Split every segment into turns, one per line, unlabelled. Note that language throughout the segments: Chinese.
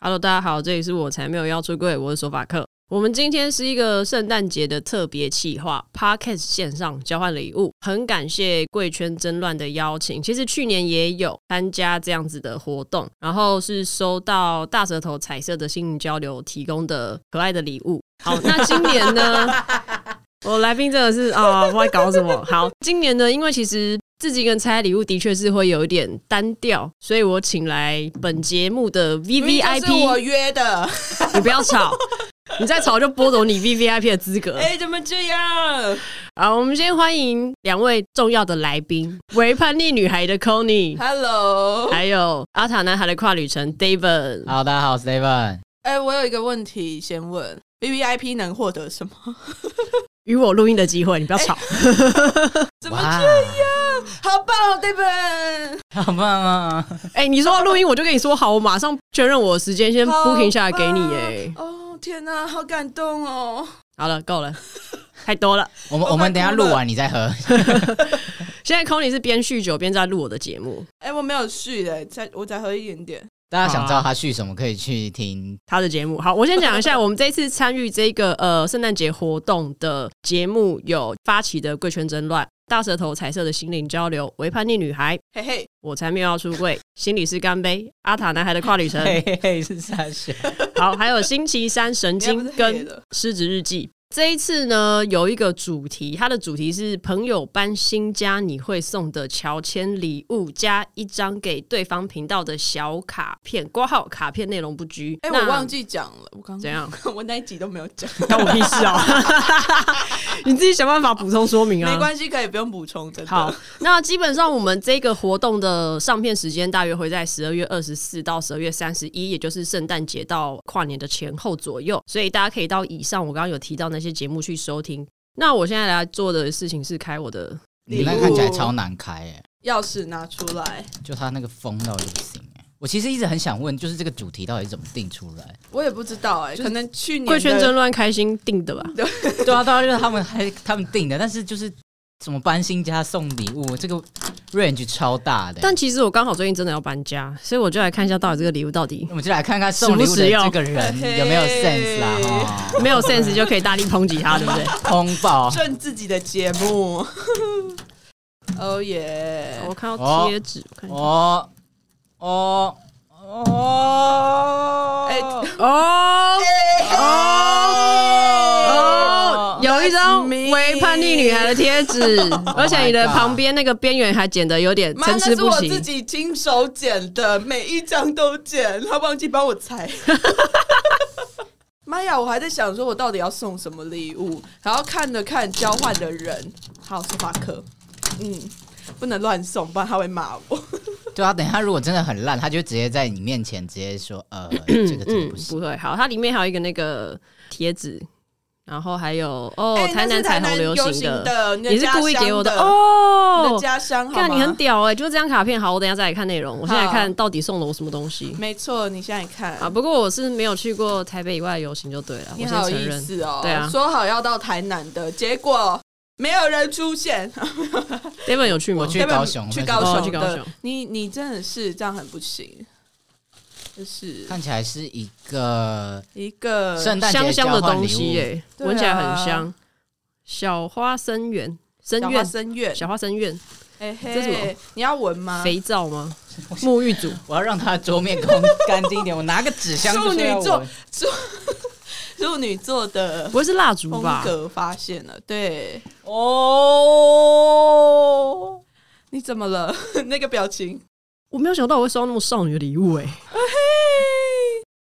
Hello，大家好，这里是我才没有要出柜，我是索法克。我们今天是一个圣诞节的特别企划 p o d c a s t 线上交换礼物，很感谢贵圈争乱的邀请。其实去年也有参加这样子的活动，然后是收到大舌头彩色的心灵交流提供的可爱的礼物。好，那今年 呢？我来宾真的是啊，不知道在搞什么。好，今年呢，因为其实自己一个人拆礼物的确是会有一点单调，所以我请来本节目的 V V I
这是我
P，
约的。
你不要吵，你再吵就剥夺你 V V I P 的资格。
哎、怎么这样？
好，我们先欢迎两位重要的来宾：为叛逆女孩的 c o n y
Hello，
还有阿塔男孩的跨旅程 David。
好，大家好，我是 Steven。
哎、我有一个问题先问，B V I P 能获得什么？
与我录音的机会，你不要吵。
怎么
哇，
好棒、哦、，David，
好棒啊！
哎、你说要录音，我就跟你说好，我马上确认我的时间，先 booking 下来给你、哎，
哦，天哪、好感动哦！
好了，够了，太多了。
我们
我
我们等一下
快哭了
录完你再喝。
现在 c o n y 是边酗酒边在录我的节目，
哎、我没有续嘞，再我再喝一点点。
大家想知道他续什么，可以去听。
他的节目。好，我先 讲一下，我们这一次参与这个呃圣诞节活动的节目有发起的贵圈争乱、大舌头彩色的心灵交流、为叛逆女孩、
嘿嘿，
我才没有要出柜、心理师干杯、阿塔男孩的跨旅程，
嘿嘿，是傻 雪。
好，还有星期三神经
人家不是黑
跟
的
狮子日记。这一次呢，有一个主题，它的主题是朋友搬新家你会送的乔迁礼物，加一张给对方频道的小卡片，挂号卡片内容不拘。
哎、
那
我忘记讲了，我刚
怎样，
我那一集都没有讲，
关我屁事哦！ 你自己想办法补充说明啊。
没关系，可以不用补充，真的。
好，那基本上我们这个活动的上片时间大约会在十二月二十四到十二月三十一，也就是圣诞节到跨年的前后左右，所以大家可以到以上我刚刚有提到那些节目去收听。那我现在来做的事情是开我的，
你那看起来超难开欸诶，
钥匙拿出来，
就他那个疯到就不行诶。我其实一直很想问，就是这个主题到底怎么定出来？
我也不知道哎、可能去年的嗯
贵圈争乱开心定的吧？
对啊，对啊，就是他们还他们定的，但是就是什么搬新家送礼物，这个 range 超大的欸。
但其实我刚好最近真的要搬家，所以我就来看一下到底这个礼物到底
那我们就来看看送礼物
实不实
的
用
这个人有没有
嘿
sense 啦，哈，
没有 sense 就可以大力抨击他，对不对
通报。
顺自己的节目。哦耶！
我看到贴纸，我看一下
哦哦哦！
哎
哦哦，有一张为叛逆女孩的贴 纸，而且你的旁边那个边缘还剪的有点
Oh 妈，
参
那
差
是
不
我
齐
自。己亲手剪的，每一张都剪，他忘记帮我裁。 妈呀！我还在想说，我到底要送什么礼物，然后看了看交换的人，好是华克，嗯，不能乱送，不然他会骂我。
对啊，等一下如果真的很烂，他就直接在你面前直接说，呃，这个真的
嗯
不，行。
不会。好，它里面还有一个那个贴纸，然后还有哦
哎，
台
那
南
是
彩
台
虹
南
流
游
行
行的你的
你是故意给我的
家乡的你的
哦。
家乡好吗？
看你很屌哎，就是这张卡片。好，我等一下再来看内容。我现在
好
看到底送了我什么东西
没错，你现在看
啊？不过我是没有去过台北以外的游行，就对了。我
你
先
好
承
意
认。
思哦，
对啊
说好要到台南的，结果没有人出现，
David 有去吗？
我去高雄
去
那
高
时
候哦
雄的，
去高雄
你你真的是这样很不行，就是
看起来是一个
一个
圣诞节
香香的
交换
东
礼
西
物
耶、
对啊
闻起来很香。小花生园，生
小花
院，
生院，
小花生院，
哎
这是什么
嘿，你要闻吗？
肥皂吗？沐浴组，
我要让他的桌面空干净一点，我拿个纸箱
处
就是
女
要闻。
座，处处女座的
不会是蜡烛
风
吧？
格发现了，对，
哦，
你怎么了？ 那个表情，啊
我没有想到我会收到那么少女的礼物哎、
哦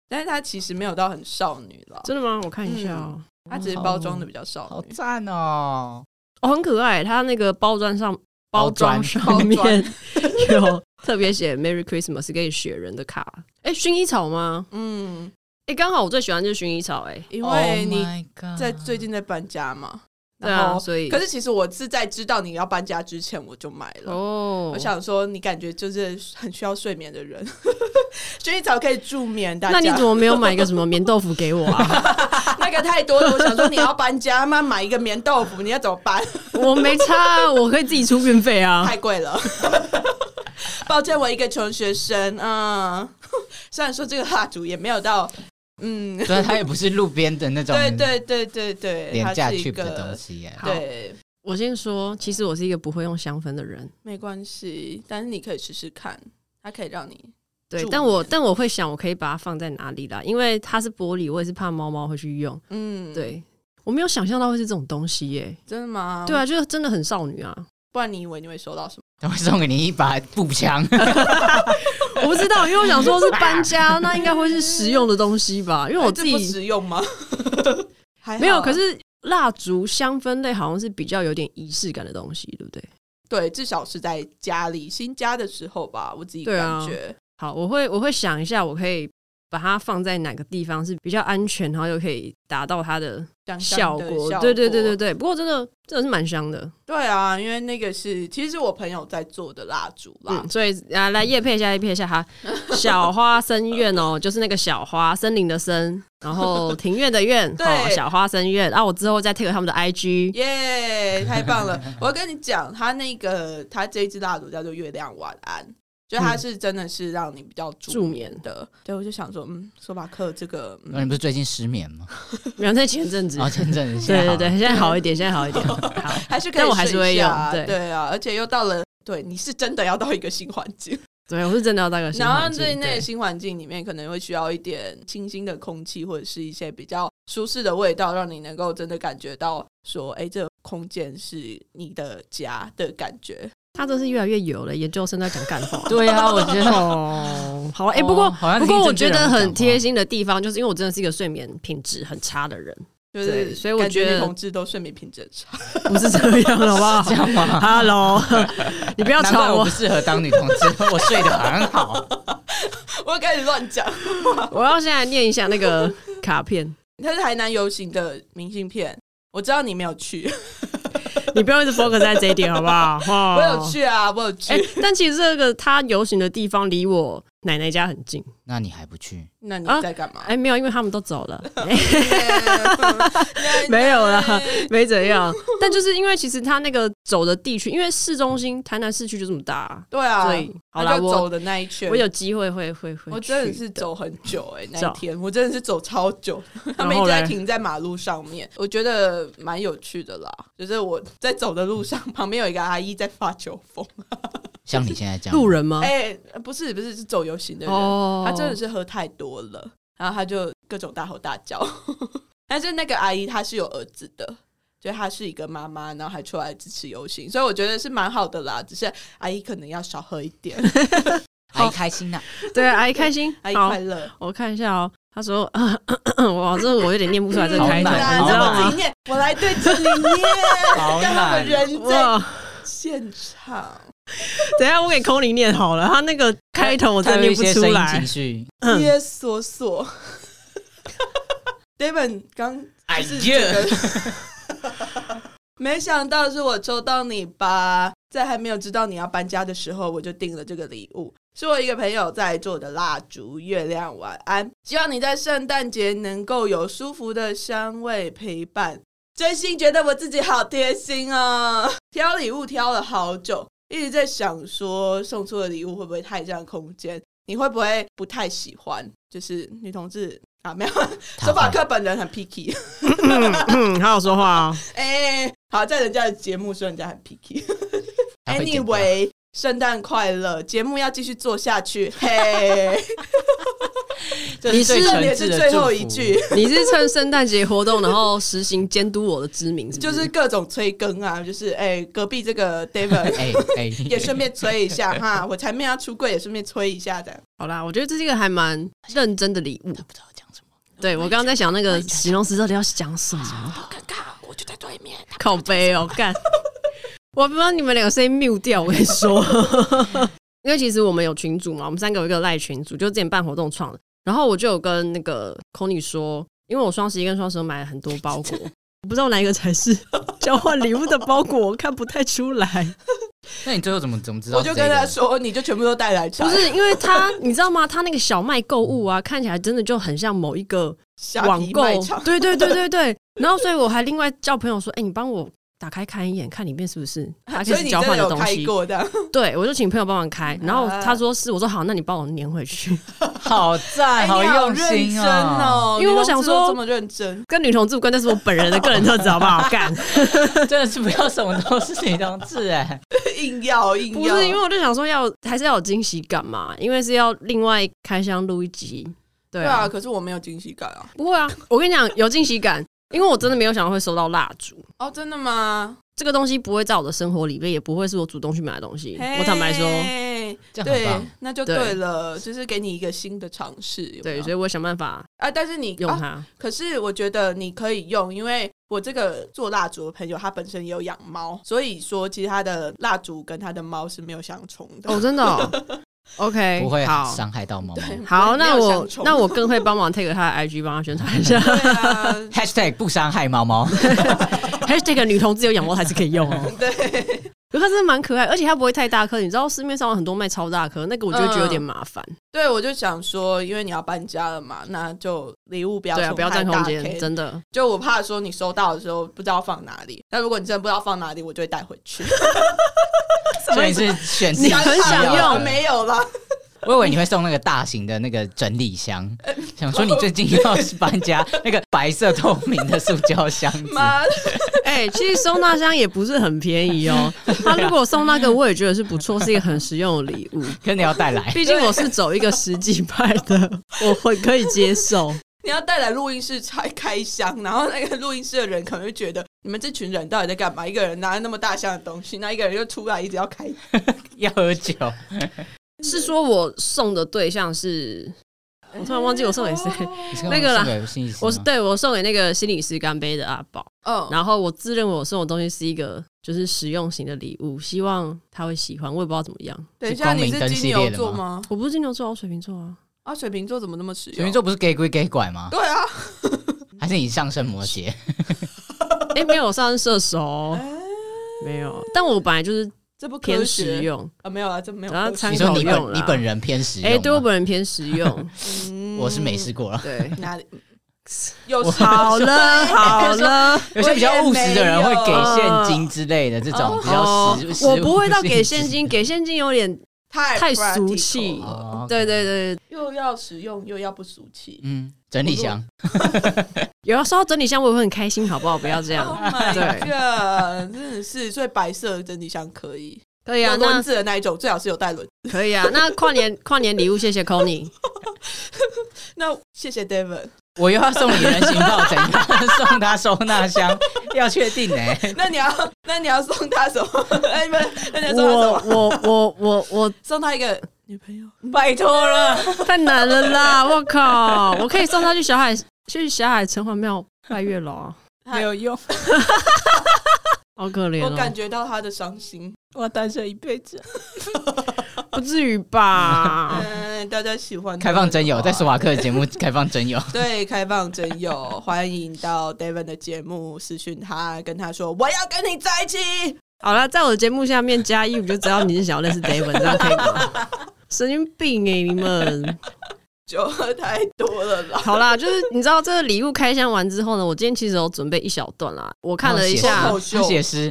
但是她其实没有到很少女了，
真的吗？我看一下哦、
她只是包装的比较少
好
女，
赞哦！
哦，很可爱。它那个包装上，包装上
包装
面 有特别写 “Merry Christmas” 给雪人的卡。哎、薰衣草吗？
嗯，
哎、刚好我最喜欢就是薰衣草哎、
因为
Oh
你
my God
在最近在搬家嘛，
嗯对
然
啊，
后
所以
可是其实我是在知道你要搬家之前我就买了。
哦
我，想说，你感觉就是很需要睡眠的人， 薰衣草可以助眠。大家
那你怎么没有买一个什么棉豆腐给我 啊？
那个太多了？我想说，你要搬家吗？买一个棉豆腐，你要怎么搬？
我没差啊，我可以自己出运费啊。
太贵了。 抱歉，我一个穷学生啊、嗯。 虽然说这个蜡烛也没有到，嗯，
对，它也不是路边的那种
对对对对对，
廉
它
价
是一
cheap 的东
个
西耶。
对，
我先说，其实我是一个不会用香氛的人，
没关系，但是你可以试试看，它可以让你
对
助，
但我
眠
但我会想，我可以把它放在哪里啦？因为它是玻璃，我也是怕猫猫会去用。
嗯，，
对，我没有想象到会是这种东西耶、
真的吗？
对，啊，就是真的很少女啊，
不然你以为你会收到什么？
我会送给你一把步枪，
我不知道，因为我想说是搬家，那应该会是实用的东西吧？因为我
哎
自
这不
己
实用吗？ 还好啊
没有，可是蜡烛香氛类好像是比较有点仪式感的东西，对不对？
对，至少是在家里新家的时候吧，我自己
对啊
感觉。
好，我会我会想一下，我可以把它放在哪个地方是比较安全，然后又可以达到它的
香
效
香
果。
的效
对对对对
果
对，不过真的真的是蛮香的，
对啊，因为那个是其实是我朋友在做的蜡烛啦
嗯，，所以啊，来叶配一下，叶配一下 哈，小花生院哦，就是那个小花森林的森，然 后庭院的院，
对
好，小花生院。啊，我之后再 take 他们的 IG，
耶、太棒了！ 我要跟你讲，它那个它这一支蜡烛叫做月亮晚安，就它是真的是让你比较
嗯助
助
眠
眠的。对，我就想说，嗯，索巴克这个，嗯
那你不是最近失眠吗？
没有在前阵子
然，后前阵子，
对对对，，现在好一点，现在好一 点。好，
还是可以，
但我还是会用对
对啊，而且又到了。对，你是真的要到一个新环境，
对，我是真的要大 个新
然后
环境。
对那
对
个新环境里面，可能会需要一点清新的空气，或者是一些比较舒适的味道，让你能够真的感觉到说，哎，这个空间是你的家的感觉。
他真是越来越有了，研究生都在讲干话。
对啊，我 觉得
哦，好，哎、不过、
哦好像
不过
是一
我觉
阵子有
得
人讲
很
话
贴心的地方，就是因为我真的是一个睡眠品质很差的人，
就
对
是，
所以我
感
觉
女
得
同志都睡眠品质很差。
不是这样，好不 好
这样啊吗？
？Hello，你不要
难怪
吵
我
我
不，适合当女同志，我睡得很好。
我开始乱讲。
我要现在念一下那个卡片，
它是台南游行的明信片，我知道你没有去，
你不要一直 focus 在这一点，好不好？哦
我有。去啊，我有去。
哎、但其实这个他游行的地方离我奶奶家很近。
那你还不去？
那你
啊
在干嘛
哎、？没有，因为他们都走了，哎
奶奶
没有啦，没怎样。但就是因为其实他那个走的地区，因为市中心台南市区就这么大啊、
对啊，
所以好
他
啦，
就
我
走的那一圈，
我有机会会会会去，
我真的是走很久哎、那
走
一天我真的是走超久，他们
啊
一
后
直在
嘞
停在马路上面，我觉得蛮有趣的啦。就是我在走的路上， 旁边有一个阿姨在发酒疯，
像你现在这样，
路人吗？
哎、不是不是是走游行的人，
啊哦
她真的是喝太多了，然后她就各种大吼大叫。 但是那个阿姨她是有儿子的，就她是一个妈妈，然后还出来支持游行，所以我觉得是蛮好的啦。只是阿姨可能要少喝一 点，
还哎开心啊呢、
哦对，啊阿姨开心，
阿姨
好
快，乐。
我看一下哦。他说：“ 哇，这我有点念不出来这个
好
开头，
难
你
那
知道
啊我自
吗
己念，我来对着 你念，
好
让他们
懒。
人？”在
哇，
现场。
等一下我给 c o 念好了，他那个开头我真
他
的念
有一
不
些
出
声音
来
情。绪。
嗯
耶索 索，David 刚
哎
是这个，没想到是我抽到你吧？在还没有知道你要搬家的时候，我就订了这个礼物，是我一个朋友在做的蜡烛月亮晚安，希望你在圣诞节能够有舒服的香味陪伴。真心觉得我自己好贴心啊！ 挑礼物挑了好久，一直在想说送出的礼物会不会太占空间，你会不会不太喜欢？就是女同志啊，没有，
他
手法
会
课本人很 picky。 啊
嗯，好好说话哦。
哎、好，在人家的节目说人家很 picky。
他会剪掉
anyway，圣诞快乐！节目要继续做下去。 嘿，
这是最
你是
这
诚
也
挚
是
的
最
祝
后一
福
句，
你是趁圣诞节活动，然后实行监督我的知名，不
就是各种催更啊，就是哎、隔壁这个 David
哎哎，
也顺便催一下哈，我才没有要出柜，也顺便催一下的。
好啦。我觉得这是一个还蛮认真的礼物。
不知道讲什么。
对我刚刚在想那个形容词到底要讲什么，
好尴尬，我就在对面。
靠背 哦，干！我不知道你们两个声音 mute 掉，我跟你 说，因为其实我们有群组嘛，我们三个有一个赖群组，就是之前办活动创的。然后我就有跟那个 c o n y 说，因为我双十一跟双十二买了很多包裹，我不知道哪一个才是 交换礼物的包裹，我看不太出来。
那你最后怎么怎么知道？
我就跟他，说，你就全部都带来拆，
不是因为他，你知道吗？他那个小麦购物啊，看起来真的就很像某一个
虾
网
皮
购
卖场，
对对对对对。然后，所以我还另外叫朋友说：“哎、你帮我打开看一眼，看里面是不是他
所
开
以
始
你
交
真的
换的
有
东
开
西。
过的，
对，我就请朋友帮忙开，
嗯
然后
啊
他说是，我说好，那你帮我粘回去。
好赞，
哎你好
用
认
心
真哦，
因为
你
我
融
想
资都
说
这么认真，
跟女同志无关，但是我本人的个人特质，好不好？干，哦
真的是不要什么都是女同志哎，
硬要硬要，
不是因为我就想说要还是要有惊喜感嘛，因为是要另外开箱录一集。对
对
啊
啊，，可是我没有惊喜感啊。
不会啊，我跟你讲有惊喜感，因为我真的没有想到会收到蜡烛。
哦，真的吗？
这个东西不会在我的生活里面，也不会是我主动去买的东西。我坦白说，
嘿
这样很
对
棒。，
那就
对
对了，就是给你一个新的尝试。有没
对，
有
所以我想办法
啊，但是你
用
啊
它。
可是我觉得你可以用，因为我这个做蜡烛的朋友，他本身也有养猫，所以说其实他的蜡烛跟他的猫是没有相冲的。
哦，真的、哦、，OK，
不会啊
好。
伤害到猫猫。
好，那
没有
我
相 冲
那我更会帮忙 take 他的 IG 帮他宣传一下
对啊，
#hashtag 不伤害 猫猫，
，#hashtag 女同志有养猫还是可以用哦。
对，
可是它真的蛮可爱，而且它不会太大颗。你知道市面上有很多卖超大颗，那个我就会觉得有点麻烦。
对我就想说，因为你要搬家了嘛，那就礼物不要
对啊，
送
不要
太
占空
大，OK
间，真的。
就我怕说你收到的时候不知道放哪里，但如果你真的不知道放哪里，我就会带回去。
所以是选自 己
你很想
需要的
用
没有 啦，
我以为你会送那个大型的那个整 理箱，想说你最近要是搬家，那个白色透明的塑胶箱子，
妈，
哎、其实收纳箱也不是很便宜哦。他如果送那个，我也觉得是不错，是一个很实用的礼 物。
可你要带来。
毕竟我是走一个实际派 的，我会可以接受。
你要带来录音室拆开箱，然后那个录音室的人可能会觉得你们这群人到底在干嘛？一个人拿那么大箱的东西，那一个人又出来一直要开，
要喝酒，
是说我送的对象是，我突然忘记我送给谁。
哦
那个啦
送给心理师吗
我是对我送给那个心理师干杯的阿宝，
哦，
然后我自认为我送的东西是一个就是实用型的礼物，希望他会喜欢。我也不知道怎么样，
等一下，你是金牛座吗？
我不是金牛座，我水瓶座啊。
啊，水瓶座怎么那么实用？
水瓶座不是 gay 归 gay 拐吗？
对啊，
还是你上升摩羯？
哎、没有，我上是射手哦， 没有。但我本来就是
这不科
偏实
学
用，
啊，没有啊，这没有
然后
科学。
参
你说
考
你
用啦。
本你本人偏实用
哎、
吗？
对我本人偏实用，
嗯
我是没试过了。
对。
哪里有
我
时候
好 了好了，
有些比较务实的人会给现金之类的，这种比较实实
哦我
务
不会到给
性
现
质
金，给现金有点
太
太
practical
俗气
了
哦
对对对，
又要实用又要不俗气。
嗯，整理箱
有的时候整理箱我也会很开心，好不好？不要这
Oh
样，
my
对
god！真的是，所以白色的整体箱可以，
可以啊
有，轮
那
子的那一种最好是有带轮。
可以啊，那跨年跨年礼物谢谢 Conny，
那谢谢 David。
我又要送你人形抱枕， 又要送他收纳箱，要确定哎、
那你要，那你要送他什么？ 哎，不是，那你要送他什
我
么？
我我我我
送他一个女朋友。
拜托了，
太难了啦， 我靠，我可以送他去小海去小海城隍庙拜月老啊，
没有用，
好可怜
我感
哦，
觉到他的伤心。
我单身一辈子。
不至于 吧？
嗯，大家喜欢
开放真
哦
友，
在
在索瓦克的节目开放真友，
对，开放真友，欢迎到 David 的节目私讯他，跟他说我要跟你在一起。
好了，在我的节目下面加一，我就知道你是想要认识 David，这样可以 吗？神经病哎、你们！
酒喝太多了啦，
好啦，就是你知道这个礼物开箱完之后呢，我今天其实有准备一小段啦。我 看了一
然
下
后，
他写诗，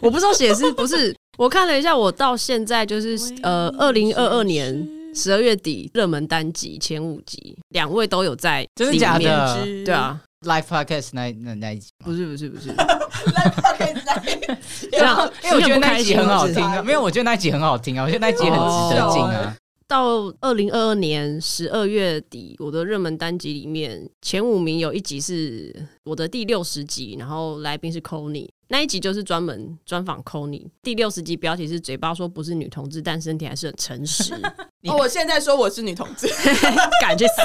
我不知道写是 不是，我看了一下，我到现在就是
哦
呃，二零二二年十二月底热门单集前五集，两位都有在
真的
里
假
面
的
对，啊，
？Live podcast 那那那一集吗
不是不是不是，
来吧，可以来。
这样
因为我觉得那一集很好
你很不开
听
心是
啊，
不是
没有，我觉得那一集很好听啊，我觉得那一集很
哦
值得进啊。
到二零二二年十二月底，我的热门单集里面前五名有一集是我的第六十集，然后来宾是 c o n y 那一集就是专门专访 c o n y 第六十集标题是“嘴巴说不是女同志，但身体还是很诚 实
哦，我现在说我是女同志，”，
感觉死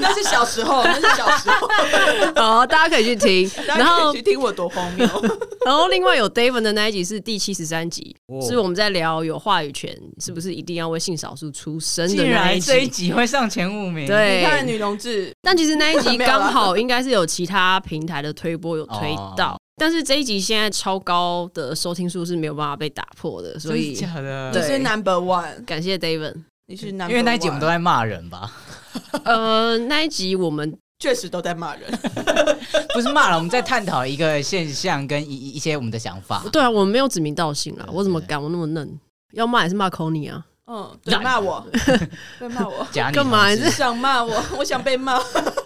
那是小时候，那是小时候。
哦，大家可以去听。
大
然
家可以
后
去，听我多荒谬。
然后另外有 David 的那一集是第七十三集，
哦
是我们在聊有话语权是不是一定要为性少数出声的
竟
那
然
一
这一
集。
集会上前五名，，
对，
你看女同志，
但其实那一 集
没有啦
刚好应该是有其他平台的推播有推到，
哦
但是这一集现在超高的收听数是没有办法被打破的，所以
真的假的？
你
对
是 number one，
感谢 David。
你是 number one，
因为那一集我们都在骂人吧？
呃，那一集我们
确实都在骂人。
不是骂了，我们在探讨一个现象跟一一一些我们的想法。
对啊，我们没有指名道姓啦，
对
我怎么
对
敢？我那么嫩，要骂也是骂 c o n y 啊。
嗯，对，骂我，对骂我，
假你
干嘛
同
你
志
这
想骂我，我想被骂。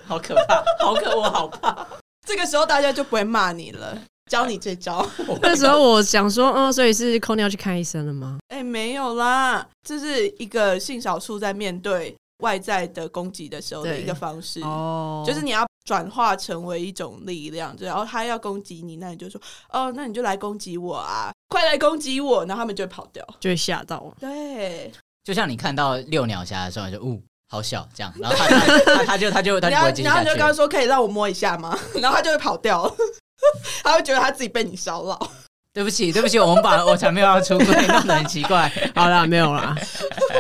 好可怕，好可我好怕。
这个时候大家就不会骂你了，教你这招。
那时候我想说，嗯，所以是 c o n y 要去看医生了吗？
哎、没有啦，这是一个性少数在面对外在的攻击的时候的
对
一个方式，
哦
就是你要转化成为一种力量，就然后他要攻击你，那你就说哦，那你就来攻击我啊，快来攻击我，然后他们就会跑掉。
就会吓到我。
对，
就像你看到六鸟侠的时候，你就呜、好小这样，然后他他他他就他就他就
然
不
后
会继续
然后
下
你就
去
跟他。说可以让我摸一下吗？ 然后他就会跑掉了，他会觉得他自己被你骚扰。
对不起，对不起，我们把我才没有要出柜，弄得很奇 怪。
好啦，没有啦，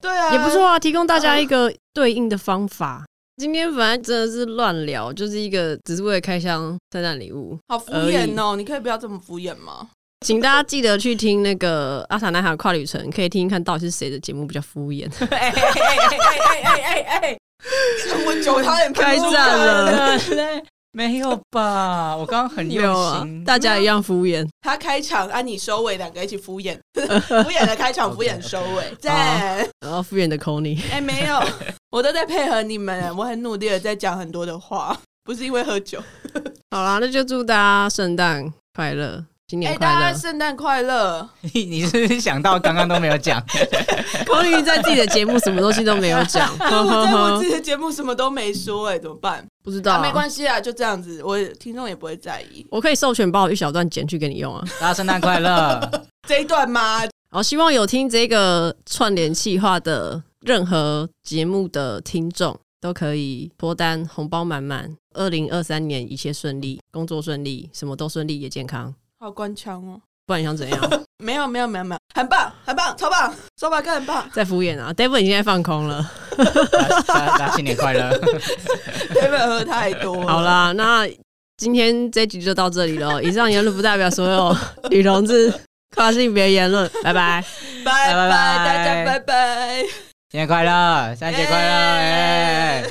对啊，
也不错啊，提供大家一个对应的方法。今天本来真的是乱聊，就是一个只是为了开箱圣诞礼物，
好敷衍哦，你可以不要这么敷衍吗？
请大家记得去听那个阿塔男孩的跨旅程，可以听听看到底是谁的节目比较敷 衍。
哎哎哎哎哎哎哎，
我酒差点喷
开
出来
战了
哎没有吧？我刚刚很
没有
用
啊
心，。
大家一样敷衍。
他开场，啊，你收尾，两个一起敷衍，敷衍的开场，敷衍收尾，赞！
然后敷衍的 c o n y
哎，没有， 我都在配合你们，我很努力的在讲很多的话，不是因为喝酒。
好啦，那就祝大家圣诞快乐，新
哎
年，快
大
乐
家。圣诞快 乐！
你你是不是想到刚刚都没有讲？
c o n y 在自己的节目什么东西都没有 讲，呵
我
呵
在我
呵
自，己的节目什么都没说，哎，怎么办？
不知道、
啊，没关系啊，就这样子，我听众也不会在意
我可以授权把我一小段剪去给你用啊。
大家圣诞快乐！
这一段吗？
好，希望有听这个串联企划的任何节目的听众，都可以脱单，红包满满。二零二三年一切顺利，工作顺利，什么都顺利，也健康。
好官腔哦，
不然你想怎样？
没有没有没有没有，很棒很棒，超棒，手把哥很棒，
在敷衍啊！David 已经在放空了。
大家大家新年快乐！
对不喝太多。
好，啦，那今天这集就到这里了。以上言论不代表所有女同志跨性别言论。拜拜。
拜
拜
拜，
拜
大家拜拜。
新年快乐，圣诞节快乐！
耶
哎